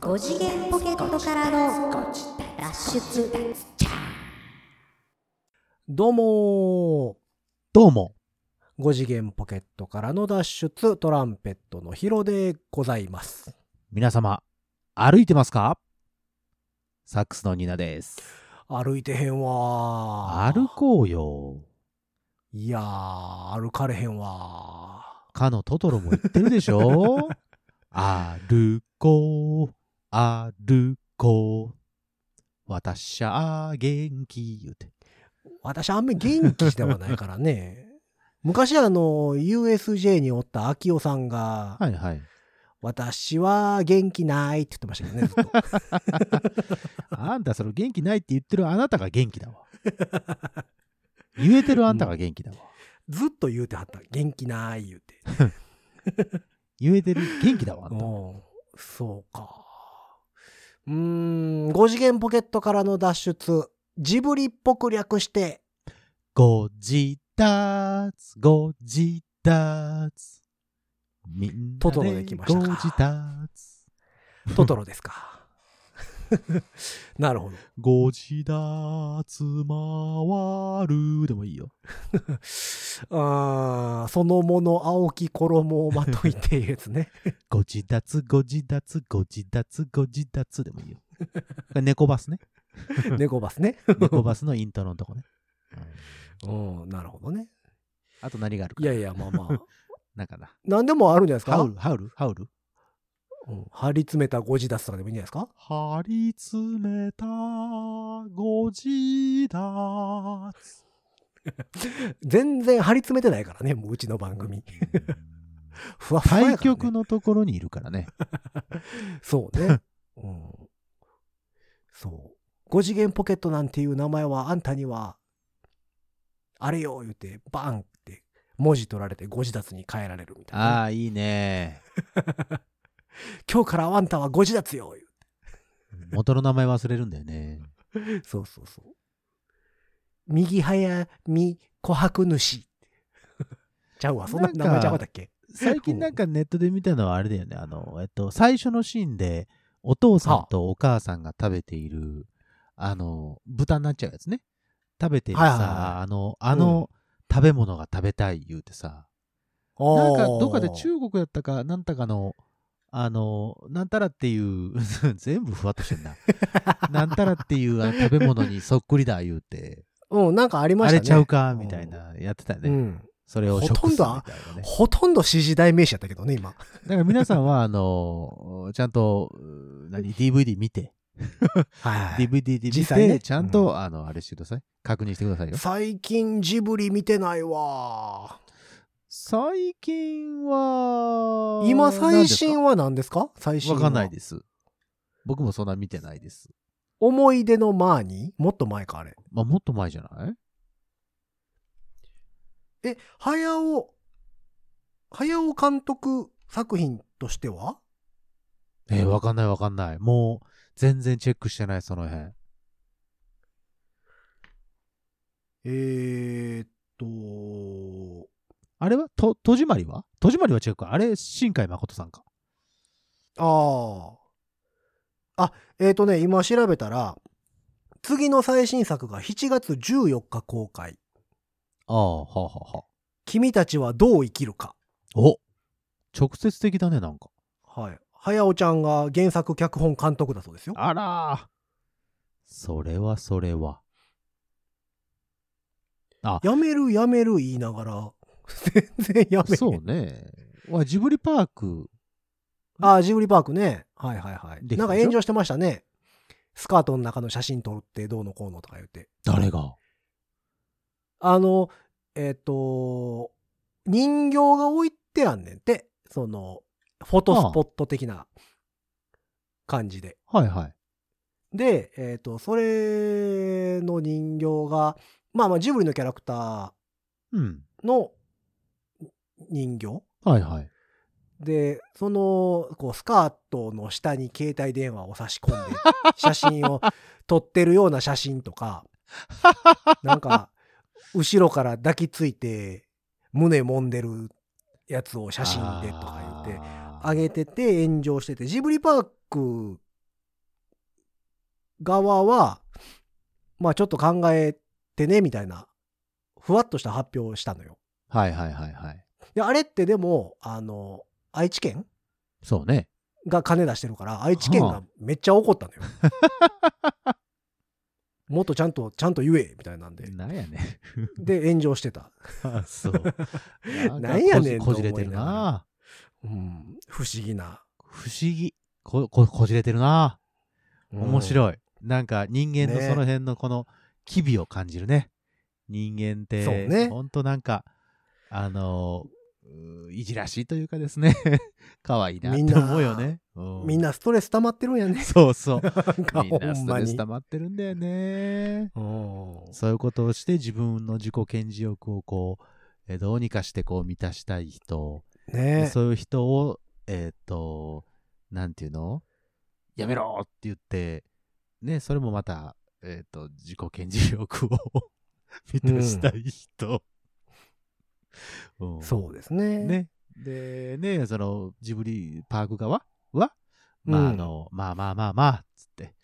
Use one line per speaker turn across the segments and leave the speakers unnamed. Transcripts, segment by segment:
5次元ポケットからの脱出
どうも
どうも。
ー5次元ポケットからの脱出トランペットのヒロでございます
皆様、歩いてますかサックスのニナです。
歩いてへんわー
歩こうよ。
いやー歩かれへんわ
かのトトロも言ってるでし ょ歩こう、歩こう。私は元気言うて。
ー私あんまり元気ではないからね 昔あの USJ におった秋代さんが、
はいはい。
私は元気ないって言ってましたけどねずっと
あんたその元気ないって言ってるあなたが元気だわ。言えてるあんたが元 気だわ。
ずっと言うてはった元気ない言うて
言えてる元気だわ、あんた。
うんそうか。うーん、5次元ポケットからの脱出、ジブリっぽく略して、
ご自立、ご自立。みんな
トトロできましたか
ご自立。
トトロです か。なるほど。
ご自立回るでもいいよ。
あーそのもの青き衣をまといているやつ ね。
ご自立、ご自立、ご自立、ご自立でもい いよ。これ猫バスね。
猫バスね。
猫バスのイントロのとこね。うん
うん、なるほどね。
あと何があるか
いやいや、まあま あ。
なんかな。
何でもあるんじゃないですか。
ハウル、ハウル、ハウル。
うん張り詰めたご自立とかでもいいんじゃないですか。
張り詰めたご 自立。
全然張り詰めてないからね、もううちの番組。ふわふわやから、ね。
対局のところにいるからね。
そう ね。うん。そう。五次元ポケットなんていう名前はあんたには、あれよ言うて、バンって文字取られてご自立に変えられるみたい
あ
な。
あ、いいね。
今日からあんたはご自立よ言
元の名前忘れるんだよね。
うてそうそうそう。右早み琥珀主。 ちゃうわ。そんな
なんか
名前ちゃうわだっけ
最近なんかネットで見たのはあれだよね。あの、えっと、最初のシーンで、お父さんとお母さんが食べている、あの、豚になっちゃうやつね。食べてるさ、
はいはいはい
あの、あの、食べ物が食べたい言うてさ、なんかどっかで中国だったか、なんたかの、あの、なんたらっていう、 全部ふわっとして んな。なんたらっていうあの食べ物にそっくりだ言うて、
うん、なんかありま
あ
したね。
れちゃうか、みたいな、やってたよね。
うん。
それを食すみたいなね。
ほとんど指示代名詞やったけどね、今。
だから皆さんは、あの、ちゃんと、うー何、DVD 見て、
はい。
DVD で見
実際ね
て、ちゃんと、あの、あれしてください。確認してくださいよ。
最近ジブリ見てないわ
最近は、
今最
何
新は何ですか最
です
新
か
は
わかんないです。僕もそんな見てないです。
思い出のマーニーもっと前かあれ
まあ、もっと前じゃない
え早尾早尾監督作品としては
えーわかんないわかんない。もう、全然チェックしてない、その辺。
えー、っと
あれはと、戸締まりは戸締まりはチェック。あれ、新海誠さんか。
あああえー、っとね今調べたら次の最新作が7月14日公開
ああ、はあはあはあ。
「君たちはどう生きるか
お直接的だね、なんか。」
はい早尾ちゃんが原作脚本監督だそうですよ
あらーそれはそれは。
やめるやめる言いながら、全然やめへん
そうね。わ、ジブリパーク。
ああ、ジブリパークね。はいはいはい。
できたでしょ
なんか炎上してましたね。スカートの中の写真撮ってどうのこうのとか言って。
誰が
あの、えっ、と、人形が置いてあんねんって。その、フォトスポット的な感じで。
はいはい。
で、えっ、と、それの人形が、まあまあジブリのキャラクタ
うん。
ーの人形
はいはい。
でそのこうスカートの下に携帯電話を差し込 んで写真を撮ってるような写真と かなんか後ろから抱きついて胸揉んでるやつを写真でとか言って
あー
上げてて炎上しててジブリパーク側は、まあちょっと考えてね、みたいな、ふわっとした発表をしたのよ。
はいはいはいはい。
で、あれってでも、あの、愛知県
そうね。
が金出してるから、愛知県
は
がめっちゃ怒ったのよ。 もっとちゃんと、ちゃんと言え、みたいなんで。
なんやね
で、炎上してた。
ん。あそう。
なんやねん
こじこじれてる
と思いなが
な。
うん、不思議な。
不思議。こここじれてるな。面
い。
白い。なんか人間の
ね
その辺のこの機微を感じるね。人間っ
そう
て、
ね
ほんとなんか、あのうーいじらしいというかですね。 可愛いな
みん
って
な
思うよね。う
みん。なストレス溜まってるんやね。
そうそう。
なんか
みん
ほ
なス
ん
ト
ま
レス
に
溜。まってるんだよね。
うん
そういうことをして自分の自己顕示欲をこう、えーどうにかしてこう満たしたい人、で
ね
そういう人を、えっ、と、なんていうのやめろって言って、ね、それもまた、えっ、と、自己顕示欲を 満たしたい人。うん
そうですね。
ね。で、ね、その、ジブリパーク側は、ま
う
あ、
ん
あの、まあまあまあまあ、つって、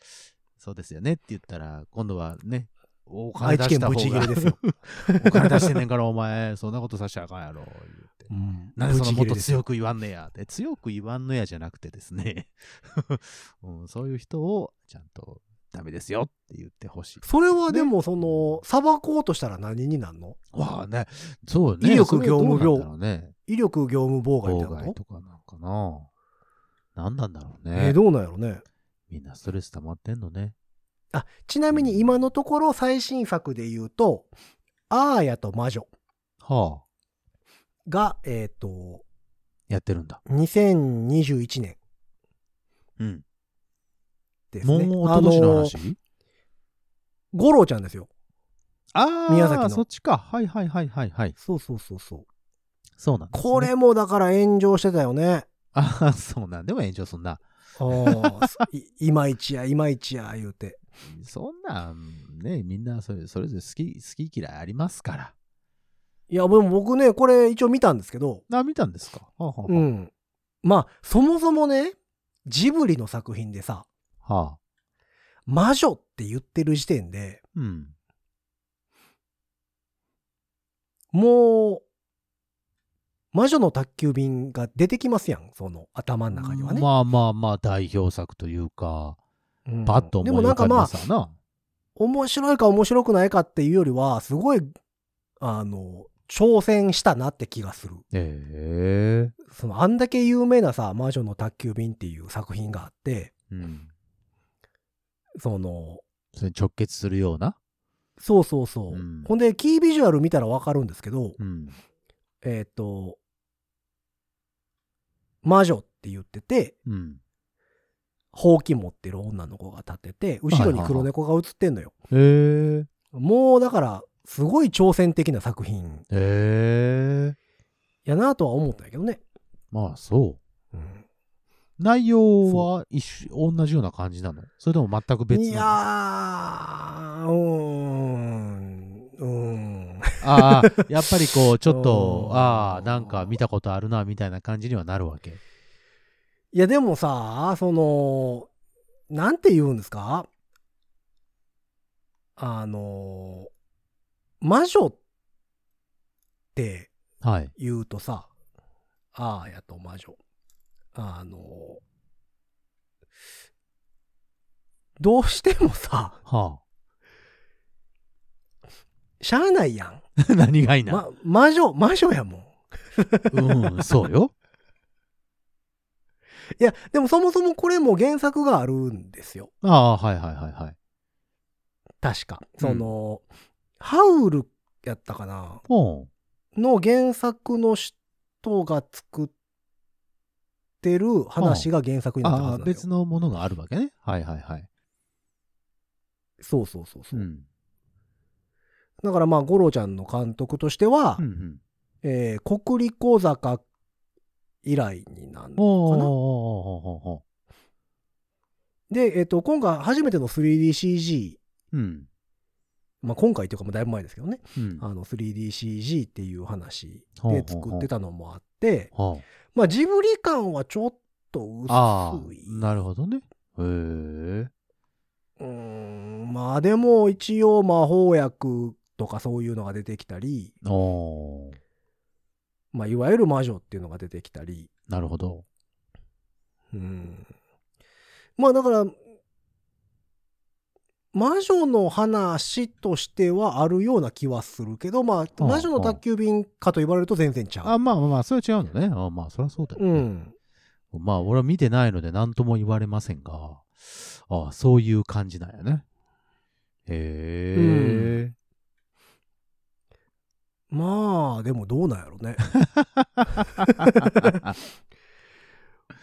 そうですよねって言ったら、今度はね、お金
愛
出
知
し
県
た方
ブ
が
チギレですよ。
お金出してんねんから、お前、そんなことさしちゃあかんやろ、言って。
うん
なんでそのもっ
ブチギレ
と
ですよ
強く言わんねやで強く言わんのやじゃなくてですね、 うん、そういう人をちゃんとダメですよって言ってほしい。
それはでも、その、裁こうとしたら何になんの
わあね、そうね。
威力
それどう
業務
なんだろうね。
威力業務妨害み
妨
たいなこ
害
と
とかなんかな。何なんだろうね。
えー、どうなんやろね。
みんなストレス溜まってんのね。
あ、ちなみに今のところ最新作で言うと、アーヤと魔女
はあ、
が、えっ、と、
やってるんだ。
2021年
うん。
です
も
ね。
うおととしの
あの
話
ゴロちゃんですよ。
ああ、
宮崎の
そっちか。はいはいはいはいはい。
そうそうそうそう。
そうなんです、ね。
これもだから炎上してたよね。
ああ、そうなん。でも炎上すんな。
ああ、 いいまいちや、いまいちや、言うて。
そんなんね、みんなそれそれぞれ好き好き嫌いありますから。
いや、でも僕ね、これ一応見たんですけど、
あ、見たんですか。はあ、はあ
うん。まあ、そもそもね、ジブリの作品でさ、
はあ、
魔女って言ってる時点で、
うん。
もう、魔女の宅急便が出てきますやん、その頭の中にはね。
まあまあまあ代表作というか、
うん
パッと
で
思
も
い
なんか
浮かび
ま
ま
あ
す、わな。
面白いか面白くないかっていうよりは、すごい、あの、挑戦したなって気がする。
え
その、あんだけ有名なさ、魔女の宅急便っていう作品があって、
えうん。
その、
それに直結するような。
そうそうそう。
うん
ほんで、キービジュアル見たらわかるんですけど、
うん。
えっ、と、魔女って言ってて、
うん。
ほうき持ってる女の子が立ってて、後ろに黒猫が映ってんのよ。
ええ
もうだから、すごい挑戦的な作品
ええ
やなとは思ったんやけどね。
まあそう。
うん
内容は一緒、同じような感じなのそれとも全く別ないの
や
あ
ー、うーん、うーん。
あ、やっぱりこう、ちょっと
う、ん
ああ、なんか見たことあるな、みたいな感じにはなるわけ。
いや、でもさ、その、なんて言うんですかあの、魔女って
はい。
言うとさ、あーやと魔女。あの、どうしてもさ、
は
しゃあないやん。
あ。何がいいな。
ま、魔女、魔女やもん。
うん、 そうよ。
いや、でもそもそもこれも原作があるんですよ。
ああ、はいはいはいはい。
確か。
うん
その、ハウルやったかな
ほう。
の原作の人が作ってる話が原作になった
あ
は
あ、
ずなんです
別
よ。
のものがあるわけね。はいはいはい。
そうそうそうそうう。
ん。
だからまあ、ゴロちゃんの監督としては、
うんうん。
えー、国立小坂以来になる
おーお
の
ーおーお
かな
ーおーお
で、えっ、と、今回初めての 3DCG、
ーうん。
まあ今回というかもうだいぶ前ですけどね、
うん。
あの 3DCG っていう話
ほうほう
で
ほう
作ってたのもあって、
は
まあジブリ感はちょっと
あああ
薄い。
なるほどね。へえ。
うーんまあでも一応魔法薬とかそういうのが出てきたり、
おー
まあ、いわゆる魔女っていうのが出てきたり、
なるほど。
うん、まあだから魔女の話としてはあるような気はするけど、まあ、魔女の宅急便かと言われると全然違う。
あ、まあまあまあ、それは違うのね。あまあ、そりゃそうだよ
う
ね。
ん、
まあ、俺は見てないので何とも言われませんが、ああ、そういう感じなんやね。へえ。
まあでもどうなんやろね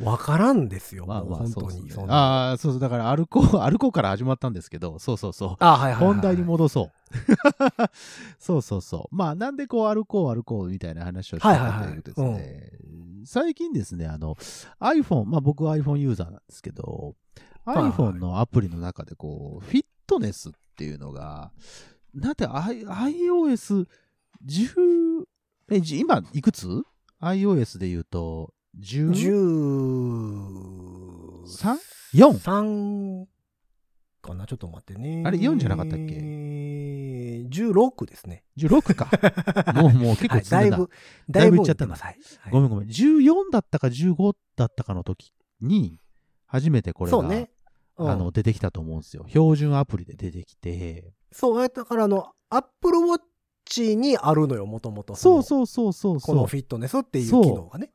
わからんですよ、
まあ
も
ま
う
あ、
本
そう
当
です
に
ね
そんな
ああ、そうそう、だから、歩こう、歩こうから始まったんですけど、そうそうそう。
あはいはいはいはい
本題に戻そう。 そうそうそう。まあ、なんでこう、歩こう、歩こうみたいな話をして
はいはい
た
はい
ということですね。最近ですね、あの、iPhone、まあ僕は iPhone ユーザーなんですけど、
いはい
iPhone のアプリの中でこう、フィットネスっていうのが、なんて、I、iOS10、え、じ今、いくつ ?iOS で言うと、10?
13
3? 4?
3かなちょっと待ってね。
あれ4じゃなかったっけ
?16 ですね。
16か。 もう、もう結構
はい、
積ん
だい
だ。
ぶ、
だいぶいっちゃっ
だ
た
いぶますはいはい
ごめんごめん。14だったか15だったかの時に、初めてこれが、
そうね。うん
あの、出てきたと思うんですよ。標準アプリで出てきて。
そう、だからあの、Apple Watch にあるのよ、もともと。
そうそうそうそう
こ
そ
の
う
フ。ィットネスっていう機
そう
能がね。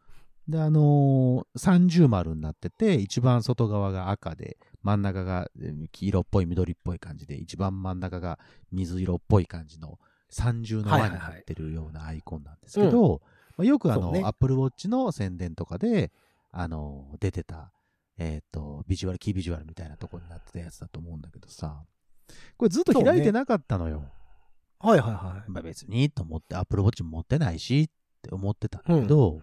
で、あのー三重丸になってて、一番外側が赤で、真ん中がえー黄色っぽい緑っぽい感じで、一番真ん中が水色っぽい感じの三重の輪になってるようなアイコンなんですけど、まあ、よくあ
そ
の、
うね
Apple Watch の宣伝とかで、あのー出てた、えっ、と、ビジュアル、キービジュアルみたいなとこになってたやつだと思うんだけどさ、これずっと開いてなかったのよ。
はいはいは
まあ、別にと思って、アップルウォッチ持ってないしって思ってたんだけど、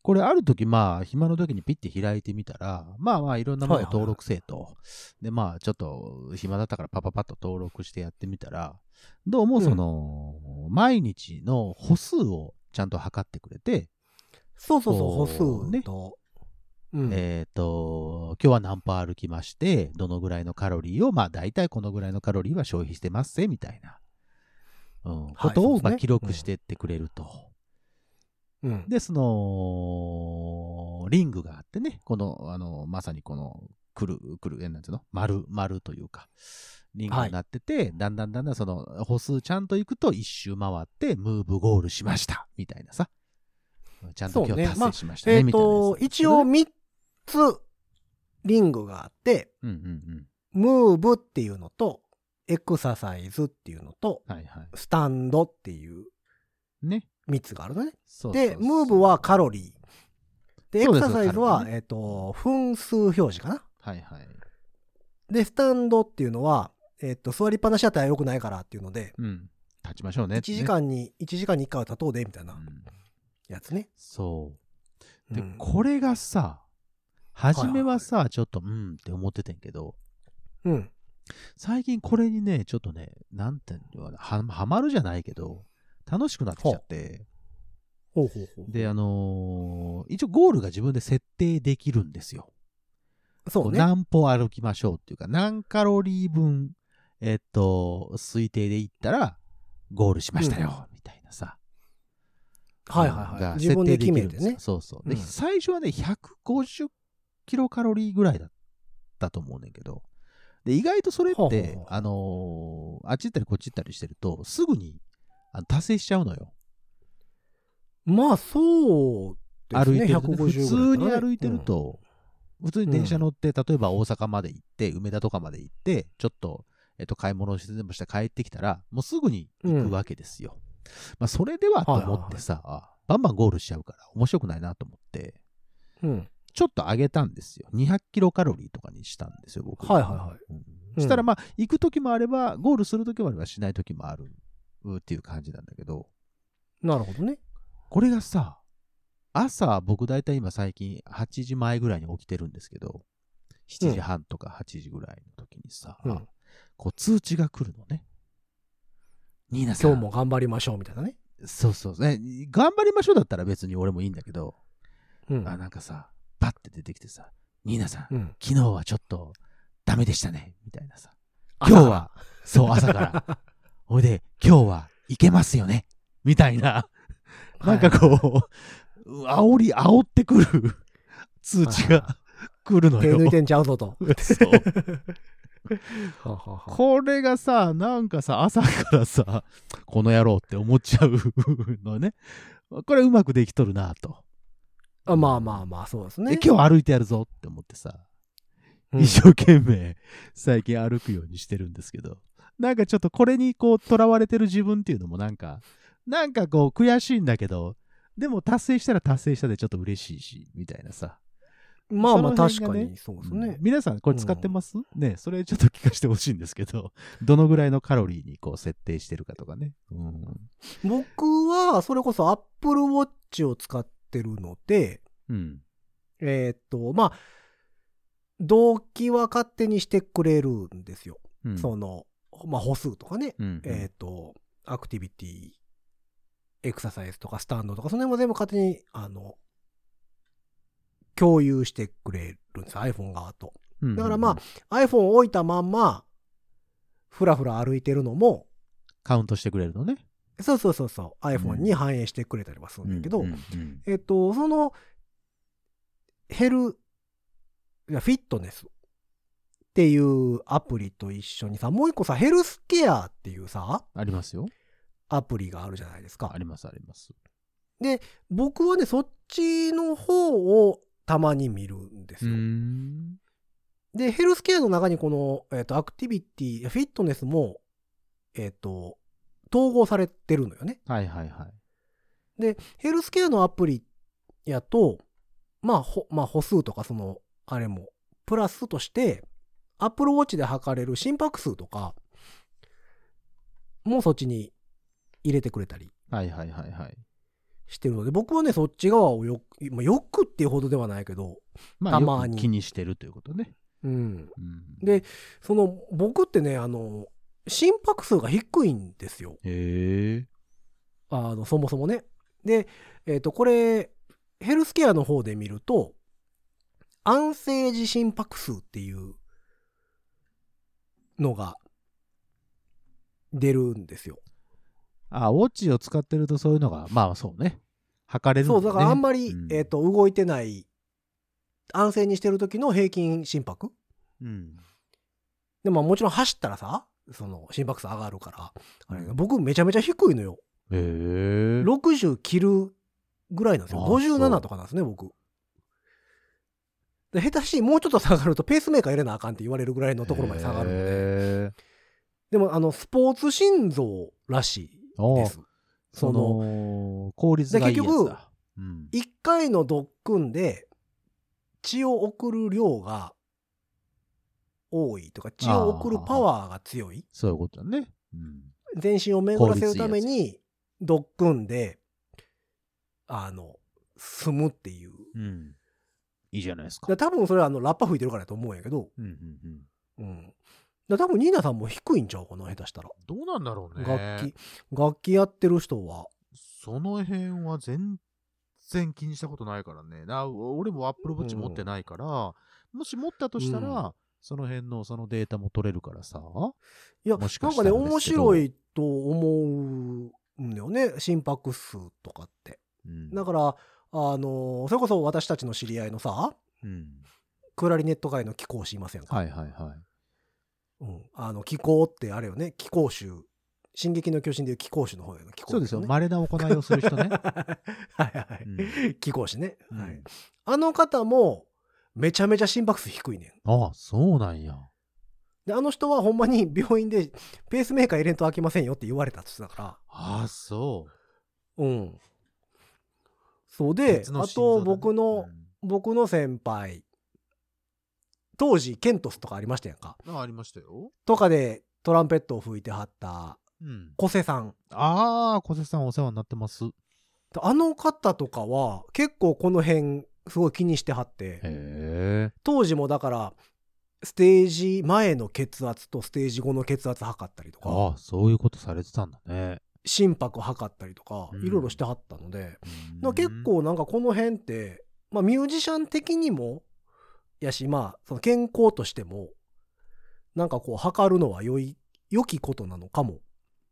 これある時まあ、暇の時にピッて開いてみたら、まあまあ、いろんなもの
はいはい
登録せえと。で、まあ、ちょっと暇だったからパパパッと登録してやってみたら、どうもその、毎日の歩数をちゃんと測ってくれて、
い。そうそう
こう
そう、歩数
ね
と。うん
えっ、と、今日は何歩歩きまして、どのぐらいのカロリーを、まあ大体このぐらいのカロリーは消費してますぜ、みたいな、うん、こと
そう
を、
ですね
まあ、記録してってくれると。
うん
で、その、リングがあってね、この、あの、まさにこの、くる、くる、え、なんていうの丸、丸というか、リングになってて、だんだんだんだんその、歩数ちゃんと行くと一周回って、ムーブゴールしました、みたいなさ。ちゃんと今
そう
日
ね
達成しましたね、
えっ、
みたいなやつなん
と、
です
一
けど
応
ね、
3つリングがあって、
うんうん
ムーブっていうのと、エクササイズっていうのと、
うん。はいはい。
スタンドっていう
ね。
3つがあるのね。
そうそうそ
で、
う
ムーブは、カロリー。で、エ
そう
ク
で
サ
す
サイズは、
カロリー
えっ、と、分数表示かな。
はいはい。
で、スタンドっていうのは、えっ、と、座りっぱなしだったら良くないからっていうので、
うん。立ちましょうね。
1時間に、1時間に1回は立とうで、みたい
ね。
な
うん
やつね。
そう。で、
うん
これがさ、初めはいはさ、ちょっと、うんって思っててんけど、
うん。
最近これにね、ちょっとね、なんていうのかな、ははまるじゃないけど、楽しくなってきちゃって、
ほうほうほう。
で、あのー一応ゴールが自分で設定できるんですよ。
そうね。
何歩歩きましょうっていうか、何カロリー分、えっと、推定でいったら、ゴールしましたよ、みたいなさ。
はいはいは
が
い。自分で決め
設定
て
きるん
ね
です。よそうそう。で、
うん
最初はね、150キロカロリーぐらいだったと思うねんけど、で、意外とそれって、
ほうほうほう
あのーあっち行ったりこっち行ったりしてると、すぐにあの達成しちゃうのよ。
まあ、そうです
歩い
ね。
てるとね、普
150
通
ぐ
に
らいだったらね
歩いてる、と、普通に電車乗って、例えば大阪まで行って、梅田とかまで行って、ちょっと、えっと、買い物をしてでもして帰ってきたら、もうすぐに行くわけですよ。まあ、それではと思ってさ、バンバンゴールしちゃうから、面白くないなと思って、
うんうん。
ちょっと上げたんですよ。200キロカロリーとかにしたんですよ、僕。。
はいはいはい
うん
うん
したら、まあ、行く時もあれば、ゴールする時もあれば、しない時もあるうっていう感じなんだけど、
なるほどね。
これがさ、朝、僕大体今最近8時前ぐらいに起きてるんですけど、7時半とか8時ぐらいの時にさ、
うん
こう通知が来るのね。ニーナさん。
今日も頑張りましょうみたいなね。
そうそうそう。え頑張りましょうだったら別に俺もいいんだけど、
うん。
あなんかさ、バッて出てきてさ、ニーナさん
う、ん。
昨日はちょっとダメでしたね、みたいなさ。
朝
今日は、そう、朝 から。 ほいで、今日は行けますよね、みたいな。なんかこう、煽り、煽ってくる通知が来るの
手
よ。
抜いてんちゃうぞと。
そう
ははは
これがさ、なんかさ、朝からさ、この野郎って思っちゃうのね。これうまくできとるなと。
あまあまあまあ、そうですね
で。今日歩いてやるぞって思ってさ、
うん
一生懸命最近歩くようにしてるんですけど、なんかちょっとこれにこう、とらわれてる自分っていうのもなんか、なんかこう、悔しいんだけど、でも達成したら達成したでちょっと嬉しいし、みたいなさ。
まあまあ、
その
確
辺が
か
ね
にそうですね。
皆さんこれ使ってます、ねそれちょっと聞かせてほしいんですけど、 どのぐらいのカロリーにこう設定してるかとかね。うん。
僕は、それこそ Apple Watch を使ってるので、
うん。
えーっと、まあ、動機は勝手にしてくれるんですよ。
うん、
その、まあ、歩数とかね。
うん。
えーっと、アクティビティ、エクササイズとかスタンドとか、その辺も全部勝手に、あの、共有してくれるんです iPhone 側と。
うん
だからま、あ、iPhone を置いたまんま、ふらふら歩いてるのも、
カウントしてくれるのね。
そうそうそうそう、iPhone に反映してくれたりはするんだけど、
うんうん
えっと、その、ヘル、いや、フィットネスっていうアプリと一緒にさ、もう一個さ、ヘルスケアっていうさ、
ありますよ。
アプリがあるじゃないですか
あ。りますあります。
僕はね、そっちの方をたまに見るんですよ。
ん。
で、ヘルスケアの中にこの、えっ、と、アクティビティ、フィットネスも、えっ、と、統合されてるのよね。
はいはいはい。
で、ヘルスケアのアプリやと、まあ、ほまあ、歩数とかその、あれも、プラスとして、アップルウォッチで測れる心拍数とか、もうそっちに入れてくれたり
はいはいはいはい。
してるので、僕はね、そっち側をよく、まあ、よくっていうほどではないけど、
ま
た
あ、
まに
よく気にしてるということね。
うん。
うん、
で、その、僕ってね、あの、心拍数が低いんですよ。
へえ。
あの、そもそもね。で、えっ、と、これ、ヘルスケアの方で見ると、安静時心拍数っていうのが出るんですよ。
あ、ウォッチを使ってるとそういうのが、まあそうね。測れるん
そう、だからあんまり、
うん
えっ、と、動いてない、安静にしてる時の平均心拍。
うん。
でも、もちろん走ったらさ、その心拍数上がるから、あれだけど僕めちゃめちゃ低いのよ。
へえ。
60切るぐらいなんですよ。
あそう
57とかなんですね、僕。で下手しい、もうちょっと下がるとペースメーカー入れなあかんって言われるぐらいのところまで下がるので。
へえ
でも、あの、スポーツ心臓らしい
お
で
う
す。そ
そ
の、
の、効率がいいやつだ。
で結局
うん、
1回のドックンで血を送る量が多いとか、血を送るパワーが強い。
そういうことだね。うん。
全身を巡らせるために、ドックンで、あの、済むっていう。
うん。いいじゃないですか。
で多分それはあのラッパ吹いてるからやと思うんやけど、
うんうんうん。
うん。だから多分ニーナさんも低いんちゃうかな、下手したら。
どうなんだろうね。
楽器、楽器やってる人は。
その辺は全然気にしたことないからね。な俺も Apple Watch
うん
持ってないから、もし持ったとしたら、
う
その辺のそのデータも取れるからさ。
いや、
もしかし
な
た
ん
ら
かね、
で
面
すけど
白いと思うんだよね、心拍数とかって。
うん
だから、あの、それこそ私たちの知り合いのさ、
うん
クラリネット界の貴公子いませんか、
はいはいはい。
うん、あの、貴公ってあれよね、貴公衆。進撃の巨人でいう貴公衆の方やの貴公
そうですよ。
ね
稀な行いをする人
は
ね。
いは
う
い
ん
はい。貴公子ね。
うん
はい。あの方も、めちゃめちゃ心拍数低いねん。
ああ、そうなんや。
で、あの人はほんまに 病院でペースメーカー入れんと開きませんよって言われたとしたか
ああ、そう。
ら。うん。そうで、
別
あ
の心
と
臓だね
僕の、僕の先輩、当時ケントスとかありましたやんか。
うんあありましたよ。
とかでトランペットを吹いてはった
うん。
小瀬さん。
ああ、小瀬さんお世話になってます。へ
とあの方とかは結構この辺すごい気にしてはって、
え。
当時もだから、ステージ前の血圧とステージ後の血圧測ったりとか、
ああ、そういうことされてたんだね。
心拍測ったりとか
う、ん
いろいろしてはったので、
うん
だから結構なんかこの辺って、まあ、ミュージシャン的にもやしまあその健康としてもなんかこう、測るのは良い、良きことなのかも。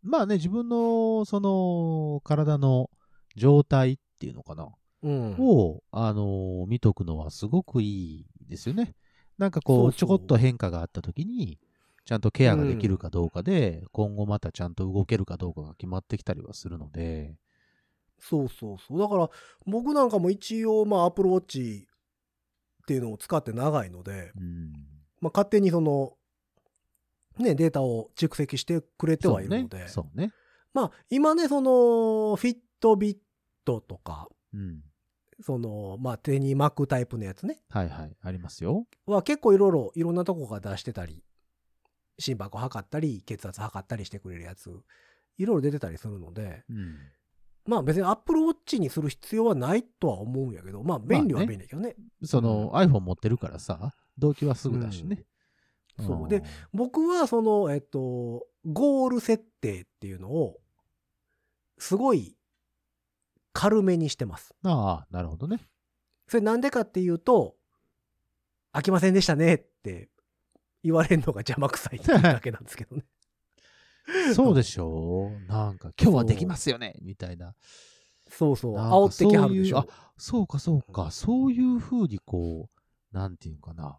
まあね、自分の、その、体の状態っていうのかな。
うん。
を、あのー見とくのはすごくいいですよね。なんかこう
そうそう
ちょこっと変化があった時にちゃんとケアができるかどうかで、今後またちゃんと動けるかどうかが決まってきたりはするので
そうそうそう。だから、僕なんかも一応、まあ、アップルウォッチっていうのを使って長いので、
うん
まあ、勝手にその、ね、データを蓄積してくれてはいるので、
そうね
まあ、今ね、その、フィットビットとか、
そうねうん
その、まあ、手に巻くタイプのやつね、
はいはいありますよ
は結構いろいろ、いろんなとこが出してたり、心拍測ったり、血圧測ったりしてくれるやつ、いろいろ出てたりするので、
うん
まあ別に Apple Watch にする必要はないとは思うんやけど、まあ便利は便利だけどね。
その、iPhone 持ってるからさ動機はすぐだしね、
うん
ん
そうで僕はその、えっと、ゴール設定っていうのを、すごい軽めにしてます。
ああなるほどね
それなんでかっていうと、飽きませんでしたねって言われるのが邪魔くさいっていうだけなんですけどね。
そうでしょうなんか今日はできますよねみたいな
そうそう。
なんか
煽ってきはるでし
そう
ょ
いう。そうかそうか、そういうふうにこう、なんていうかな、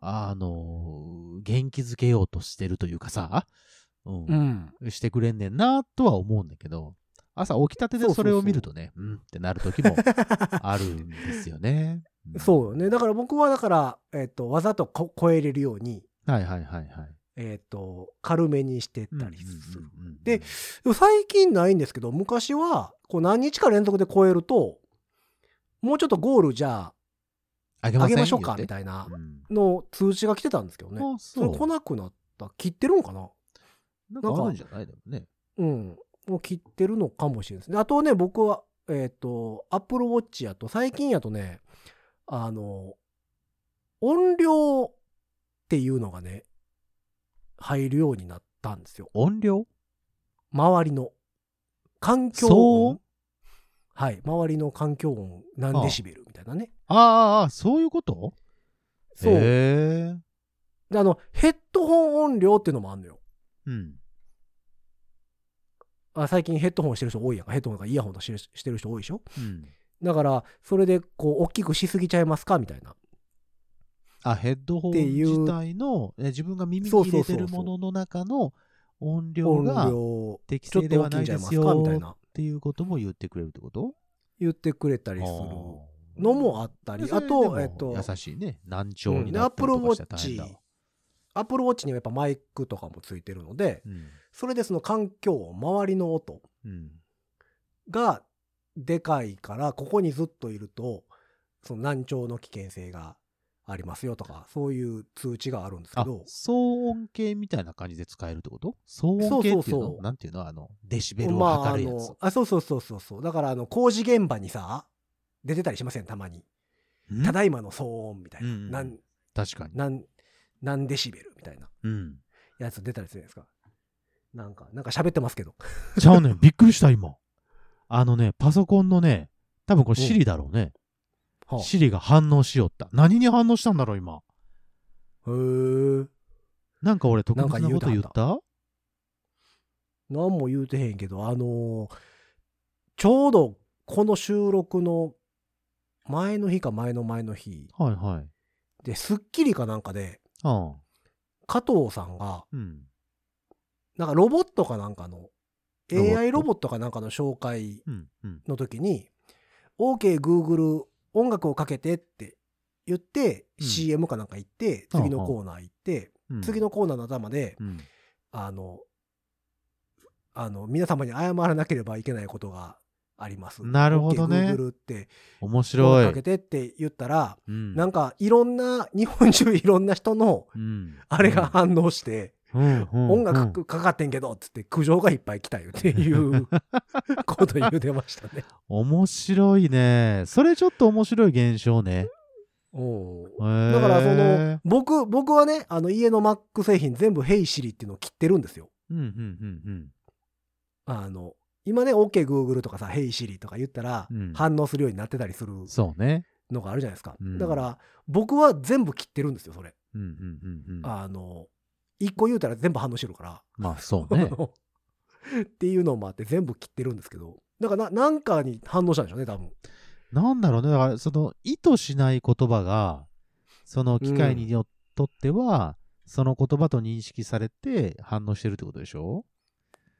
あの、元気づけようとしてるというかさ、うん、
ん。
してくれんねんなとは思うんだけど、朝起きたてで
そうそ
そう
そう
れを見るとね、うんってなる時もあるんですよね。ん
そうよね。だから僕はだから、えっと、わざとこ超えれるように、
はいはいはいはい。
えっと、軽めにして
うん
たりする。
うんうんうん
ででも最近ないんですけど、昔は、こう何日か連続で超えると、もうちょっとゴールじゃ
あげ
あ、
ま
上
せ
げ
ん
ましょうか、み
言て
たいな
うん
の通知が来てたんですけどね。
あ、
それ
そ
来
う。
なくなった。切ってるんかな
なんかあるんじゃないでもね。
うん。もう切ってるのかもしれないですね。あとね、僕は、えっ、と、Apple Watch やと、最近やとね、あの、音量っていうのがね、入るようになったんですよ。
音量
周りの。環境
そう
音。はい。周りの環境音何デシベルみたいなね。
ああああ、そういうこと
そう。で、
へえ
あの、ヘッドホン音量っていうのもあんのよ。
うん。
あ最近ヘッドホンしてる人多いやんか。ヘッドホンとかイヤホンとかしてるしてる人多いでしょ
うん。
だから、それで、こう、大きくしすぎちゃいますかみたいな。
あ、ヘッドホン
っていう
自体の、え自分が耳に
そう
入
そ
れ
うそうそう
てるものの中の音量
音
が
量
適
ちょっ
正で
と大
は
きい
なんい
じゃ
で
いますすかみたい
よ
な
っていうことも言ってくれるってこと
言ってくれたりするのもあったり
あ
あ
ーそ
と
れ
え
で
っと
も優しいね。難聴にな
アッ
った
プ
り
ルウ
と
ォ
かした
ッ
ら大変
チ
だわ。
Apple Watch にはやっぱマイクとかもついてるので
うん。
それでその環境音周りの音
うん。
がでかいからここにずっといるとその難聴の危険性がありますよとかそういう通知があるんですけ
あ、
ど
騒音計みたいな感じで使えるってこと騒音計っていう
そうそうそ
の
う
なんていうのあの、デシベルを
まああ
測るやつ
の。あそうそうそうそうそうだからあの工事現場にさ出てたりしませんたまに
うん
ただいまの騒音みたいな
うんうん
なん
確かに。
なん何デシベルみたいな
うん。
やつ出たりするんですかなんか、なんか喋ってますけど。
ちゃうねん。びっくりした、今。あのね、パソコンのね、多分これ Siri だろうね。シリが反応しよった。何に反応したんだろう、今。
へー
なんか俺、特別
な
なんこ
か
と
言
言
う
って
はった何も言うてへんけど、あのーちょうどこの収録の前の日か前の前の日
はいはい。
で、スッキリかなんかで、
ああ
加藤さんが、
うん。
なんかロボットかなんかの、
ロボット
AI ロボットかなんかの紹介
うん。うん。
の時に、OK Google 音楽をかけてって言って、
うん
CM かなんか行って、次のコーナー行って、
うん。
次のコーナーの頭で、
うん。
あの、あの、皆様に謝らなければいけないことがあります。
なるほどね
OK Google って、
面白
声か
い
け。てって言ったら、
うん。
なんかいろんな、日本中いろんな人の、
うん、
あれが反応して、
うん、うん。
音
う
楽
ん
かかかってんけど、つって苦情がいっぱい来たよっていう こと言うてましたね。
面白いね。それちょっと面白い現象ね。
おう
へー
だからその、、僕、僕はね、あの家の Mac 製品全部 Hey Siri っていうのを切ってるんですよ。
うん、うん、
あの、今ね、OK Google とかさ、Hey Siri とか言ったら
うん
反応するようになってたりする
うん。そうね。
のがあるじゃないですか。
うん
だから、僕は全部切ってるんですよ、それ。
うん、うん、うん。うん、
あの、一個言うたら全部反応してるから、。
まあそうね
っていうのもあって全部切ってるんですけどだからななんかに反応したんでしょうね多分
なんだろうね。だからその意図しない言葉が、その機械によっとっては、その言葉と認識されて反応してるってことでしょ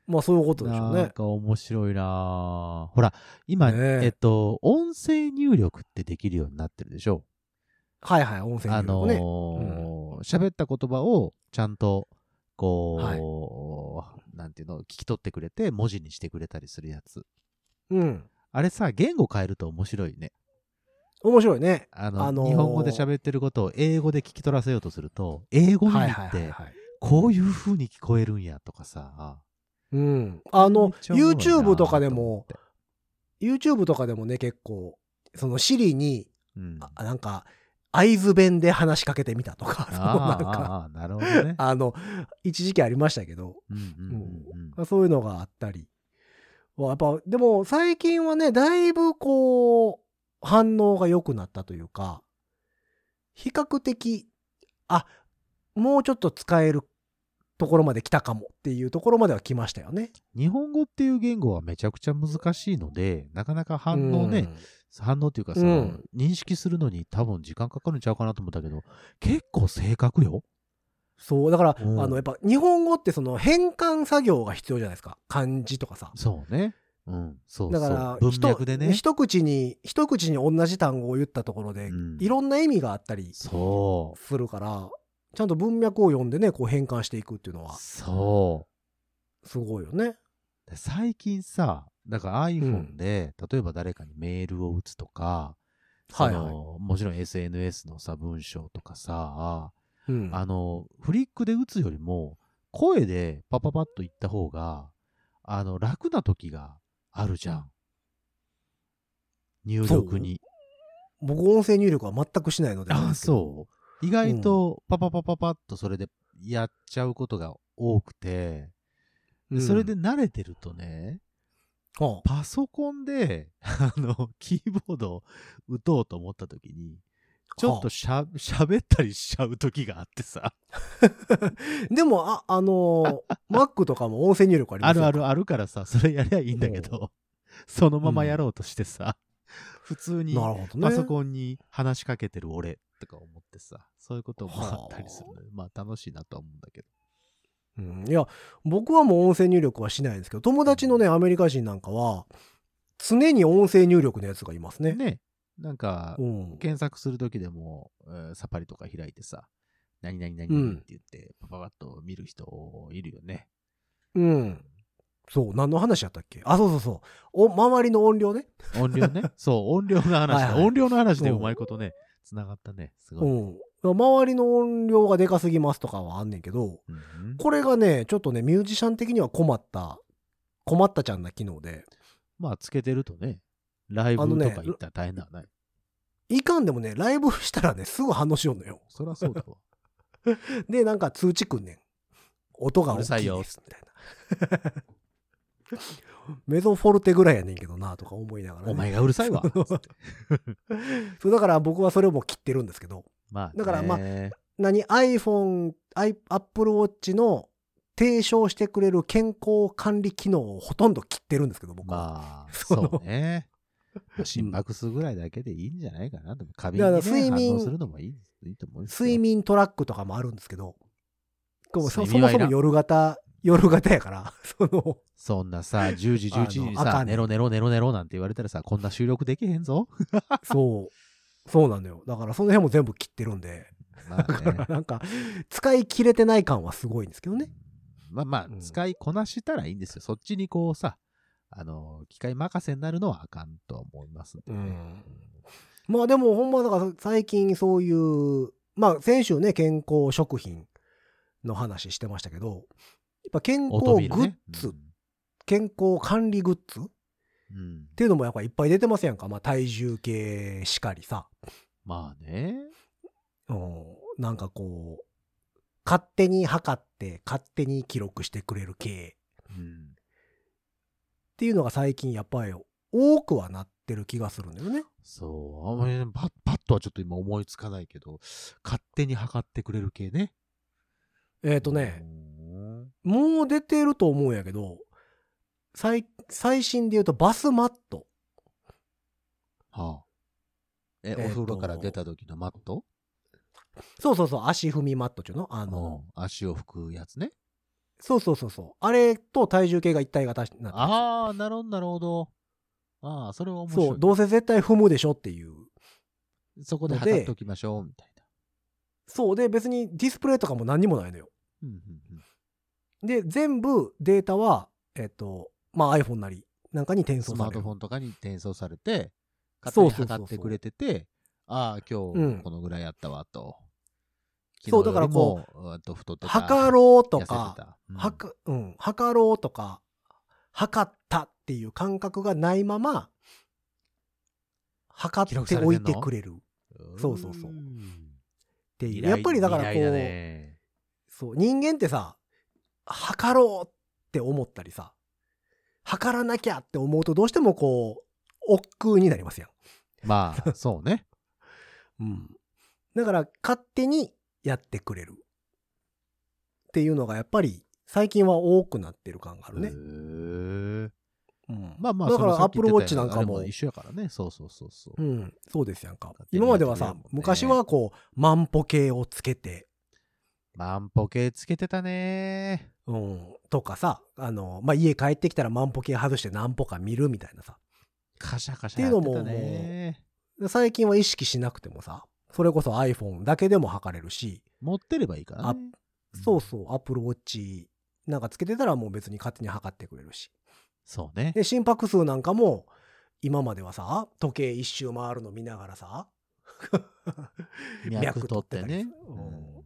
まあそういうことでしょう
なん
ね
か面白いなぁほら、今、
ねえ
えっと、音声入力ってできるようになってるでしょ
はいはい音声
あ
入力
の
ね、
ー喋った言葉をちゃんと、こう、なんていうの、聞き取ってくれて、文字にしてくれたりするやつ。
うん
あれさ、言語変えると面白いね。
面白いね
あの、
あのー
日本語で喋ってることを英語で聞き取らせようとすると、英語に
はい
っ
はいはい
て、
はい
こういう風に聞こえるんやとかさ。
うん、あの
めっちゃおもろいなぁ
YouTube とかでも
と
YouTube とかでもね結構その Siri に
思って、うん、
あなんか会津弁で話しかけてみたとか その
あ
なん
ー
か
あー、なるほどね。
あの一時期ありましたけど
うんうんうんうん
そういうのがあったりはやっぱでも最近はねだいぶこう反応が良くなったというか比較的あもうちょっと使えるところまで来たかもっていうところまでは来ましたよね。
日本語っていう言語はめちゃくちゃ難しいので、なかなか反応ね、反応っていうかさ、
うん
認識するのに多分時間かかるんちゃうかなと思ったけど、結構正確よ。
そうだから、
うん
あのやっぱ日本語ってその変換作業が必要じゃないですか漢字とかさ。
そうね。うん、そうそ
だ
う。
から
文脈でね
ひ。と一口に一口に同じ単語を言ったところで、
うん
いろんな意味があったり
そう。
するからちゃんと文脈を読んでねこう変換していくっていうのは
そ
すごいよね。
う。で最近さ、だから iPhone で、例えば誰かにメールを打つとか、そ
はい
の
は
もちろん SNS のさ、文章とかさ、
い。うん、
あの、フリックで打つよりも、声でパパパッと言った方が、あの、楽な時があるじゃん。入力に。
僕音声入力は全くしないので
あ、そう。意外と、パパパパパッとそれでやっちゃうことが多くて、
う
で
ん
それで慣れてるとね、
はあ
パソコンで、あの、キーボードを打とうと思った時に、ちょっとしゃ、喋ったりしちゃう時があってさ、
でもああ のー Mac とかも音声入力あり
あ
ます
る
よ
あるあるからさ、それやりゃいいんだけど、そのままやろうとしてさ、普通に
なるほどね。
パソコンに話しかけてる俺とか思ってさ、そういうこともあったりするので、まあ楽しいなとは思うんだけど。
うん、いや僕はもう音声入力はしないんですけど友達のねアメリカ人なんかは常に音声入力のやつがいますね。
ね、なんか
う、ん、
検索するときでも、えーサパリとか開いてさ、何々何々って言って、パパパッと見る人いるよね。
うん、そう何の話やったっけあそうそうそうお周りの音量ね。
音量ね。そう、音量の話だ。
はいはい
音量の話でうまいことね、つながったね。すご
う
い。
ん、周りの音量がでかすぎますとかはあんねんけど
うん
これがねちょっとねミュージシャン的には困った困ったちゃんな機能で
まあ、つけてるとね、ライブ
あの
と
ね
か行ったら大変だない。
いかんでもねライブしたらねすぐ反応しようのよ。
そりゃそう だわ。
でなんか通知くんねん音が大きいですみたいな メゾフォルテぐらいやねんけどなとか思いながらね、
お前がうるさ いわ。
そうだから僕はそれも切ってるんですけど
まあね、
だからまあ何 iPhone、i- Apple Watch の提唱してくれる健康管理機能をほとんど切ってるんですけど僕は、
まあ、
その
そうね。心拍数ぐらいだけでいいんじゃないかな。でも、過敏
だ
に、
か
ね、
ら睡眠
反応するのもいいいいと思うよ
睡眠トラックとかもあるんですけどこうそそ
睡眠
も
はい
そ
らん
も夜型夜型やから その
そんなさ、10時、
あの
11時に
あか
さ、
ん
寝ろ寝ろ寝ろ寝ろなんて言われたらさ、こんな収録できへんぞ。
そうそうなのよだからその辺も全部切ってるんで
まあ、ね、
なんか使い切れてない感はすごいんですけどね。
まあま
う
あ、
ん
使いこなしたらいいんですよ。そっちにこうさ、あの、機械任せになるのはあかんとは思いますんでね、
まあでもほんまだから最近そういうまあ先週ね健康食品の話してましたけどやっぱ健康
音
グ
ビル
ッ
ね。
ズ、健康管理グッズっ
うんうん
ていうのもやっぱいっぱい出てますやんか、まあ、体重計しかりさ、
まあね。
うん、なんかこう勝手に測って勝手に記録してくれる系
うん
っていうのが最近やっぱり多くはなってる気がするんだよね。
そう。あんまりねパッ、パッとはちょっと今思いつかないけど、勝手に測ってくれる系ね。
えっ、とね、もう出てると思うんやけど、最、最新で言うとバスマット。
はあ。え、
えーと
お風呂から出た時のマット
そうそうそう、足踏みマットっていうのあ
あ
の
の、、足を拭くやつね。
そうそうそうそう。あれと体重計が一体型になってる
ああ、なるほど、なるほど。ああ、それは面白い。
そう、どうせ絶対踏むでしょっていう。
そこで
ので
測っておきましょう、みたいな。
そうで、別にディスプレイとかも何にもないのよ。
うんうんうん
で、全部データは、えっ、と、まあ iPhone なりなんかに転
ス
送さ
マー
れ
ト
る
フォ。ンとかに転送されて、
そ
勝
う
手
そうそうそう
に測ってくれてて、ああ、今
うん
日このぐらいあったわ、と。
そうだから
こう、うんと太ってた。
測ろうと
痩せて
か、
たうん
はか、うん、測ろうとか、測ったっていう感覚がないまま、測
記録
って
され
お
て
い
んの
てくれるっそうそうそう
うん
ていう。
未来
やっぱりだからこ
未来
う、
ね
そう、人間ってさ、測ろうって思ったりさ、測らなきゃって思うとどうしてもこう、億劫になりますや
ま あ、そうね。
ん。うん。だから勝手にやってくれる。っていうのがやっぱり最近は多くなってる感がある
へ
ね。
ー
うん
まあまあ、
だから
そのさっき言って
Apple Watch
た
なんかも
あれ一緒やからね。そうそうそうそう
う。ん、そうですやんか
勝。手に
今までは
や
さ
ってくれるもんね、
昔はこう、万歩計をつけて、
万歩計つけてたね
うん、とかさ、あの、まあ、家帰ってきたら万歩計外して何歩か見るみたいなさ。
カシャカシャやってたね
で最近は意識しなくてもさ、それこそ iPhone だけでも測れるし、
持ってればいいからね。
そうそう、Apple Watch なんかつけてたらもう別に勝手に測ってくれるし。
そうね。
で、心拍数なんかも、今まではさ、時計一周回るの見ながらさ、
脈取ってね。
うん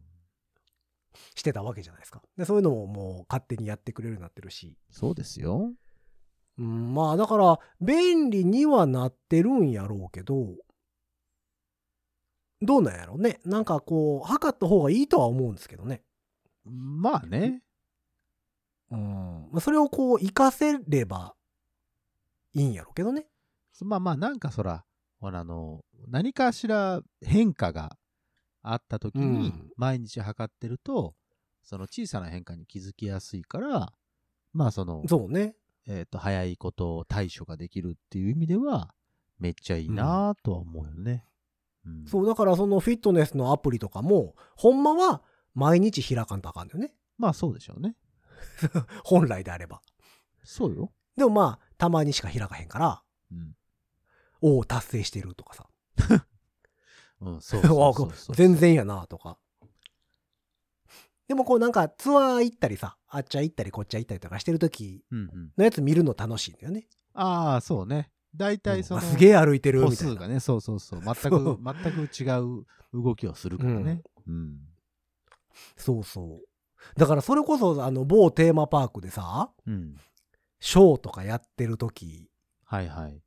してたわけじゃないですか。で、そういうのももう勝手にやってくれるようになってるし。
そうですよ。
うん、まあだから便利にはなってるんやろうけどどうなんやろうねなんかこう測った方がいいとは思うんですけどね、
まあね。
うんまあ、それをこう活かせればいいんやろうけどね
まあまあ、なんかそら、ほら、あの、何かしら変化があった
う
時に
ん、
毎日測ってると、その小さな変化に気づきやすいから、まあその、
そうね
えっ、と、早いことを対処ができるっていう意味では、めっちゃいいなぁとは思うよね。うん
そうだからそのフィットネスのアプリとかもほんまは毎日開かんとあかんだよね
まあそうでしょうね。
本来であれば
そうよ。
でもまあたまにしか開かへんから
うん。
おお達成してるとかさ
うん、そう そうそうそう。
全然やなとか。でもこうなんかツアー行ったりさ、あっちゃ行ったりこっちゃ行ったりとかしてる時
うんうん。
のやつ見るの楽しいんだよね。
ああ、そうね。大体その、
うんあすげえ歩いてる
歩
みたい
数
な。
がね、そうそう そう。全
そ
く
う、
全く違う動きをするからね。うん。
そうそう。だからそれこそあの某テーマパークでさ、
うん。
ショーとかやってる時、
はいはい。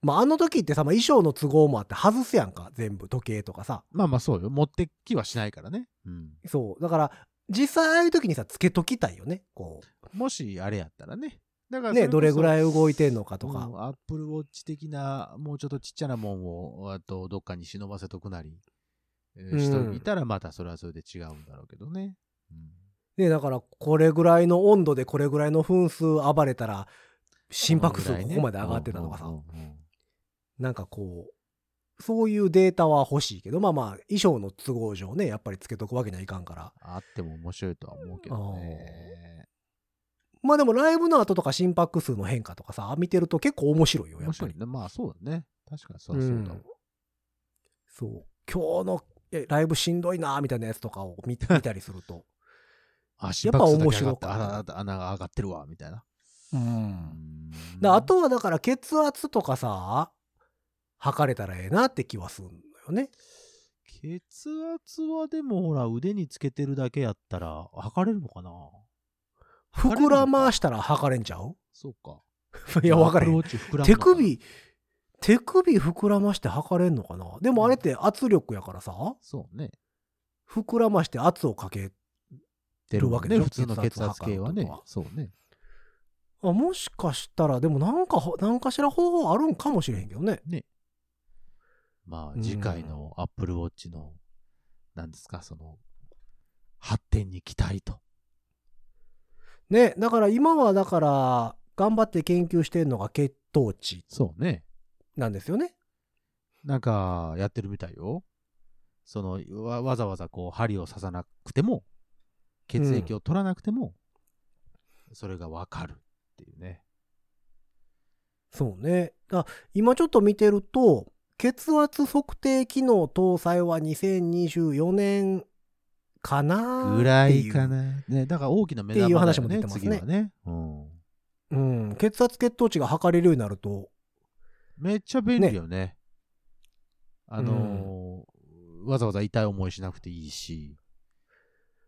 まああの時ってさ、まあ、衣装の都合もあって外すやんか、全部時計とかさ。
まあまあそうよ。持ってきはしないからね。うん。
そう。だから実際ああいう時にさ、つけときたいよね。こ
もし、あれやったらね。だか
う。
ら
ね、どれぐ
い
らい動いてんのかと
う
か。
んアップルウォッチ的な、もうちょっとちっちゃなもんを、あと、どっかに忍ばせとくなり、えー
うん
しておいたら、またそれはそれで違うんだろうけどね。うん
ねだからこれぐらいの温度でこれぐらいの分数暴れたら心拍数ここまで上がってたのかさ、
うんうんうん
なんかこうそういうデータは欲しいけどまあまあ衣装の都合上ねやっぱりつけとくわけにはいかんから
あっても面白いとは思うけどね。
まあでもライブの後とか心拍数の変化とかさ見てると結構面白いよや
面
っぱ
白
り
いね。まあそうだね。確かにそうそう
う
だわ
んそう今日のえライブしんどいなみたいなやつとかを 見見たりすると
あ、
やっぱ面白い
心拍数だけ上がったあ穴が上がってるわ、みたいな。
うんだあ、とはだから血圧とかさ測れたらええなって気はするのよね
血圧はでもほら、腕につけてるだけやったら、測れるのかな測れる
膨
のから
ましたら測れんちゃう
そうか。
いや分からへん
アップルウォッチ膨らむ
手
のかな
首手首膨らまして測れんのかなでもあれって圧力やからさ
そうね。
膨らまして圧をかけ
出
るわけでしょ
普通の血圧計
血圧測る
は
って
ね
ことは。
そうね。
あもしかしたらでもなんかほなんかしら方法あるんかもしれへんけどね
ま
う
あ、
ん
次回のアップルウォッチの、なんですか、その、発展に期待と。
ね、だから今はだから、頑張って研究してるのが血糖値
そうね。
なんですよね。
なんか、やってるみたいよ。そのわ、わざわざこう、針を刺さなくても、血液を取らなくても、それがわかるっていうね。
そうね。だ今ちょっと見てると、血圧測定機能搭載は2024年かな
ぐらいか
ってう。
な。ね、だから大きな目
っていう
玉だ
話
よ
も出
ね、
てますね
次はね。うん。
うん。血圧血糖値が測れるようになると、
めっちゃ便利よね。あのーわざわざ痛い思いしなくていいし、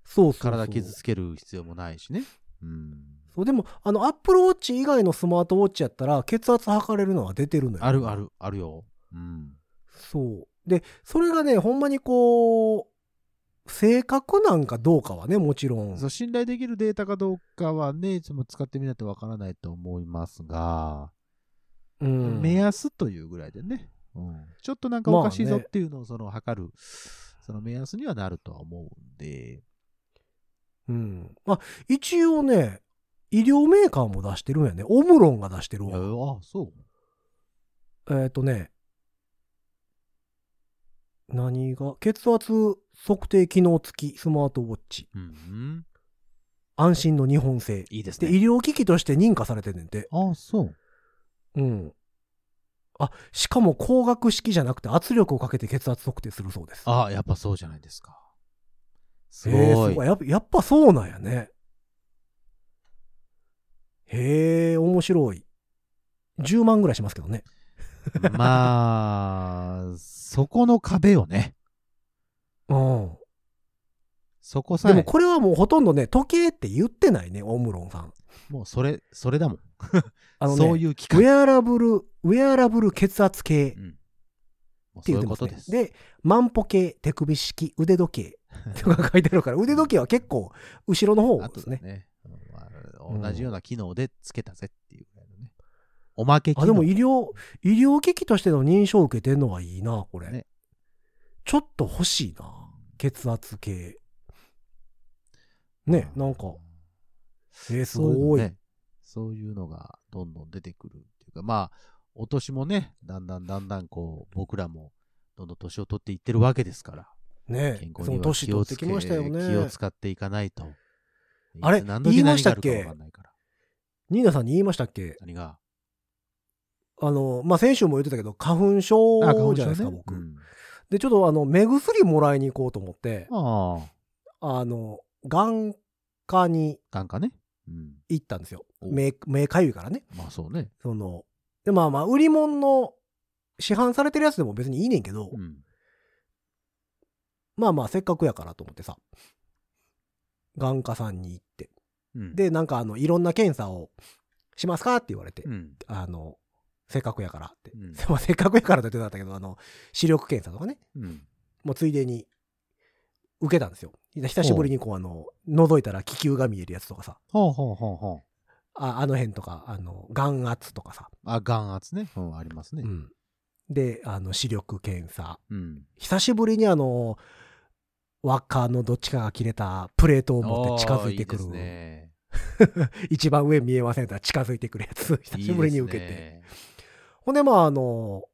そうそうそう
体傷つける必要もないしね。うん。
そうでもあのアップルウォッチ以外のスマートウォッチやったら血圧測れるのは出てるのよ
あるある、あるよ。うん。
そうでそれがねほんまにこう正確なんかどうかはねもちろん
そう信頼できるデータかどうかはね、いつも使ってみないとわからないと思いますが、
うん
目安というぐらいでね、うん、ちょっとなんかおかしいぞっていうのをその測る、その目安にはなるとは思うんで、
うんまあ一応ね医療メーカーも出してるんやねオムロンが出してる
いや
わ
あ、そう。
えっ、とね何が血圧測定機能付きスマートウォッチ
うんうん、
安心の日本製
いいです
で
ね。
医療機器として認可されてんねんて
あ、そう。
うん。あ、しかも光学式じゃなくて圧力をかけて血圧測定するそうです。
あ、やっぱそうじゃないですか。す
へえ
ご
す
い。
ごいやっぱ。やっぱそうなんやね。へえ、面白い。10万ぐらいしますけどね。
まあ、そこの壁をね、
うん。
そこさ
で
え、
もこれはもうほとんどね、時計って言ってないね、オムロンさん。
もうそれ、それだもん。
あのね、
そういう機
ウ
会。
ェアラブル、ウェアラブル血圧計っ
うんもう
て
そ
言って
ういう
ま
こ
す
と
ね。
です。
で、万歩計、手首式、腕時計とか書いてある から、腕時計は結構後ろの
あ
方で
と
すね。
ね、うんま
うん
あ同じような機能でつけたぜっていうぐらいのね。おまけ機能
あ、でも医療、医療機器としての認証を受けてんのはいいな、これ。
ね
ちょっと欲しいな。血圧計。ね、なんか、えー、す
そういう
ご
の
い。
ね、そういうのがどんどん出てくるっていうか、まあ、お年もね、だんだんだんだんこう、僕らもどんどん年を取っていってるわけですから、
ね
健康
そ
に
の
は
年
気
取
を
っ
つ
て
け
きましたよ
気を
ね。
使っていかないと。
あれ
いつ何時
言いま
何
し
が
た
あ
っ
る
け
かわかんないから。
ニーナさんに言いましたっけ
何が
あの、まあ、先週も言ってたけど、花粉症
あ花粉症ね
じゃないですか、僕、
うん
で、ちょっとあの、目薬もらいに行こうと思って、
ああ、
あの、眼科に
眼科ね。うん。
行ったんですよ。
お
目、目かゆいからね。
まあそうね。
その、で、まあまあ、売り物の、市販されてるやつでも別にいいねんけど、
うん。
まあまあせっかくやからと思ってさ眼科さんに行って
うん、
でなんかあのいろんな検査をしますかって言われて、
うん。
あのせっかくやからって、
うん
まあせっかくやからって言ってたんだけどあの視力検査とかね
うん。
もうついでに受けたんですよ久しぶりにこうあの覗いたら気球が見えるやつとかさ
ほうほうほうほう。
ああの辺とかあの眼圧とかさ、
あ、眼圧ね。うん、ありますね
う。ん、であの視力検査
うん。
久しぶりにあの輪っかのどっちかが切れたプレートを持って近づいてくる
あーいいですね。
一番上見えませんから近づいてくるやつ久しぶりに受けてほんでまああの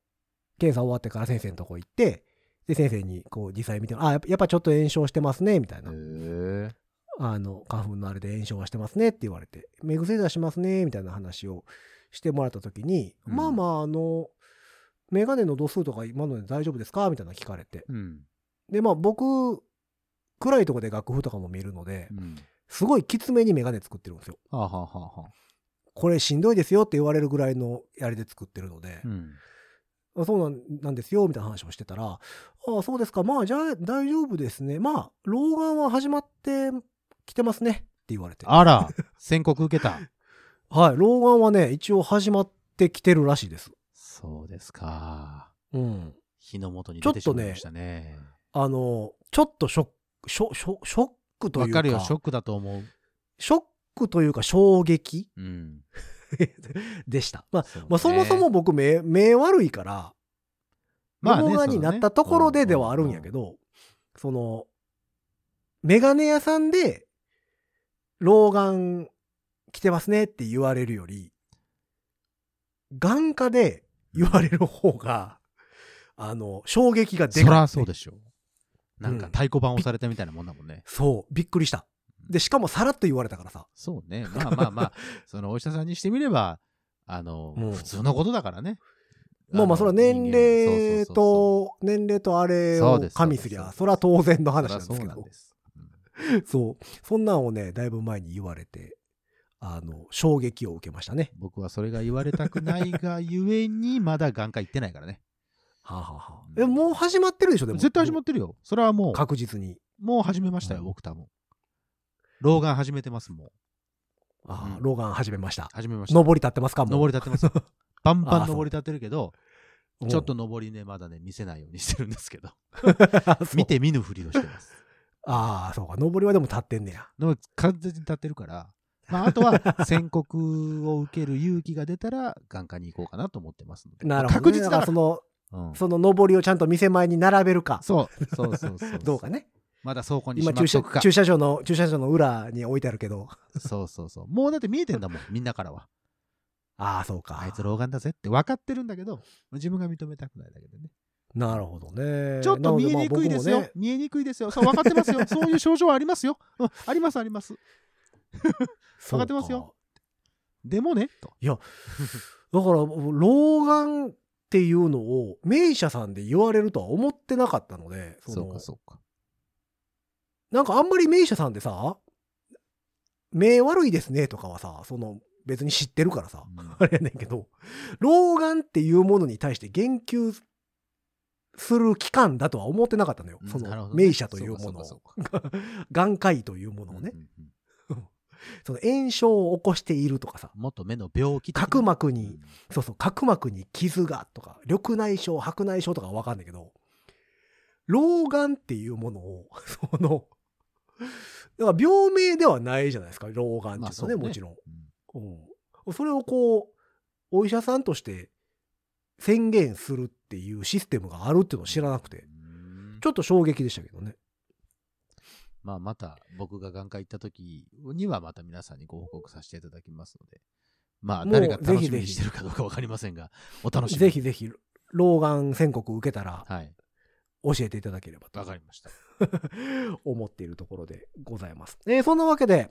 検査終わってから先生のとこ行ってで先生にこう実際見てあやっぱやっぱちょっと炎症してますねみたい
へ
な、
え。
あの花粉のあれで炎症はしてますねって言われて目薬出しますねみたいな話をしてもらった時に、
うん
まあまああの眼鏡の度数とか今ので大丈夫ですかみたいなの聞かれて
うん。
でまあ僕暗いとこで楽譜とかも見るので
うん。
すごいきつめに眼鏡作ってるんですよ
はあ、はあはあはあ、
これしんどいですよって言われるぐらいのやりで作ってるので
う、ん。
あそうなんなんですよみたいな話をしてたら、ああ、そうですか、まあじゃあ大丈夫ですね、まあ老眼は始まってきてますねって言われて、は
あら、宣告受けた。
い、老眼はね、一応始まってきてるらしいです。
そうですか。
うん。
火の元に
ちょ
出
っとね
てしまいましたね。
あの、ちょっとショック、ショショショックと
わ
いう
か
か、
るよ、ショックだと思う。
ショックというか衝撃
うん。
でした。まあ、
そうね
まあ、そもそも、僕目、目悪いから、
まあね
老眼になったところでではあるんやけ
ど。
ど、その、メガネ屋さんで、老眼来てますねって言われるより、眼科で言われる方が、あの、衝撃がで
そ
か
ら
い。
そうでしょ。なんか
うん
太鼓判押されたみたいなもんだもんね。
そう、びっくりした。で、しかもさらっと言われたからさ。
そ うね。まあまあまあ、そのお医者さんにしてみれば、あの、
うん
普通のことだからね。
まあまあ、それは年齢
人間そうそうそうそう
と、年齢とあれ
そ
を
うです
加味すりゃ、そ
そうです
れは当然の話
そ
な
ら
んで
そう
すけ
なん
ど
で。す。うん
そう。そんなんをね、だいぶ前に言われて、あの、衝撃を受けましたね。
僕はそれが言われたくないがゆえに、まだ眼科行ってないからね。
はあ、はあはあえ、もう始まってるでしょ、でも。
絶対始まってるよ。それはもう、
確実に。
もう始めましたよ、
うん
僕多分。老眼始めてます、もう。
ああ
うん
老眼始めました。
始めました。
登り立ってますかもう
登り立ってますよ。 バン
あ
バ
あ
ン
そう
登り立ってるけど、
うん
ちょっと登りね、まだね、見せないようにしてるんですけど。
そう
見て見ぬふりをしてます。
ああ、そうか。登りはでも立ってんねや。
でも完全に立ってるから、まあ、あと は宣告を受ける勇気が出たら眼科に行こうかなと思ってますので
なるほど、ね。
確実
か
だからら
その、
うん
その登りをちゃんと店前に並べるか。
そうそうそうそう
どうかね。
まだ倉庫にしま
今
っと
駐車
くか
駐車場の、駐車場の裏に置いてあるけど。
そうそうそうもうだって見えてんだもんみんなからは
ああ、そうか。
あいつ老眼だぜって分かってるんだけど自分が認めたくないだけでね
なるほどね。
ちょっと見え
なの
に
まあ
くいです
僕
よ、
もね
見えにくいですよそう分かっ てますよそういう症状はありますよ、うん、ありますありますわかってますよ。でもねと
そうかだから、老眼っていうのを名医者さんで言われるとは思ってなかったので、その
そうかそう か
なんかあんまり名医者さんでさ、目悪いですねとかはさ、その別に知ってるからさ、
うん
あれやねんけど、老眼っていうものに対して言及する期間だとは思ってなかったのよ。
うん
そ
な
の
るほどね
名医者というものを
そうかそうかそうか
眼科医というものをね、
うんうんうん
その炎症を起こしているとかさ、
もっと目の病気的な
角膜
う
に
ん、
そうそう、角膜に傷がとか、緑内障、白内障とかはわかんないけど、老眼っていうものを、 その、だから病名ではないじゃないですか、老眼っていうのはね、
まあそうね
もちろん。
うん
うん、それをこうお医者さんとして宣言するっていうシステムがあるっていうのを知らなくて
うん
ちょっと衝撃でしたけどね
まあまた僕が眼科行った時にはまた皆さんにご報告させていただきますのでまあ
もう
誰が
ぜ
楽
ひ
しみ
ぜ
に
ひ
してるかどうか分かりませんがお楽しみに
ぜひぜひ老眼宣告受けたら
はい
教えていただければと
わかりました
思っているところでございます、えーそんなわけで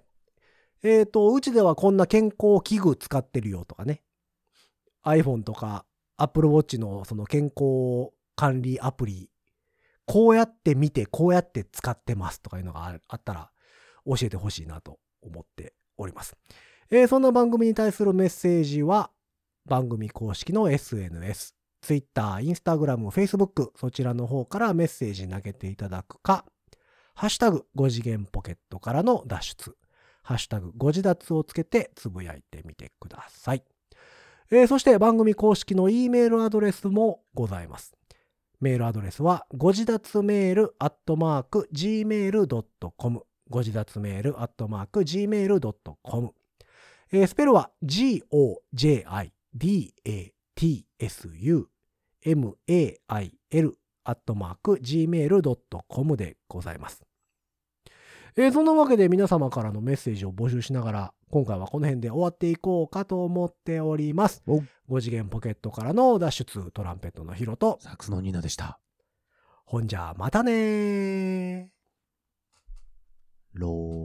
えっ、とうちではこんな健康器具使ってるよとかね iPhone とか Apple Watch のその健康管理アプリ、こうやって見て、こうやって使ってますとかいうのがああったら教えてほしいなと思っております。えーそんな番組に対するメッセージは、番組公式の SNS、Twitter、Instagram、Facebook、そちらの方からメッセージ投げていただくか、ハッシュタグ5次元ポケットからの脱出、ハッシュタグ5次脱をつけてつぶやいてみてください。えーそして番組公式の E メールアドレスもございます。メールアドレスは、ご自立メールアットマーク gmail.com。ご自立メールアットマーク gmail.com。えースペルは g-o-j-i-d-a-t-s-u-m-a-i-l アットマーク gmail.com でございます。えーそんなわけで皆様からのメッセージを募集しながら、今回はこの辺で終わっていこうかと思っております。
お
5次元ポケットからの脱出、トランペットのヒロと、
サックスのニーナでした
ほんじゃ、またねー。
老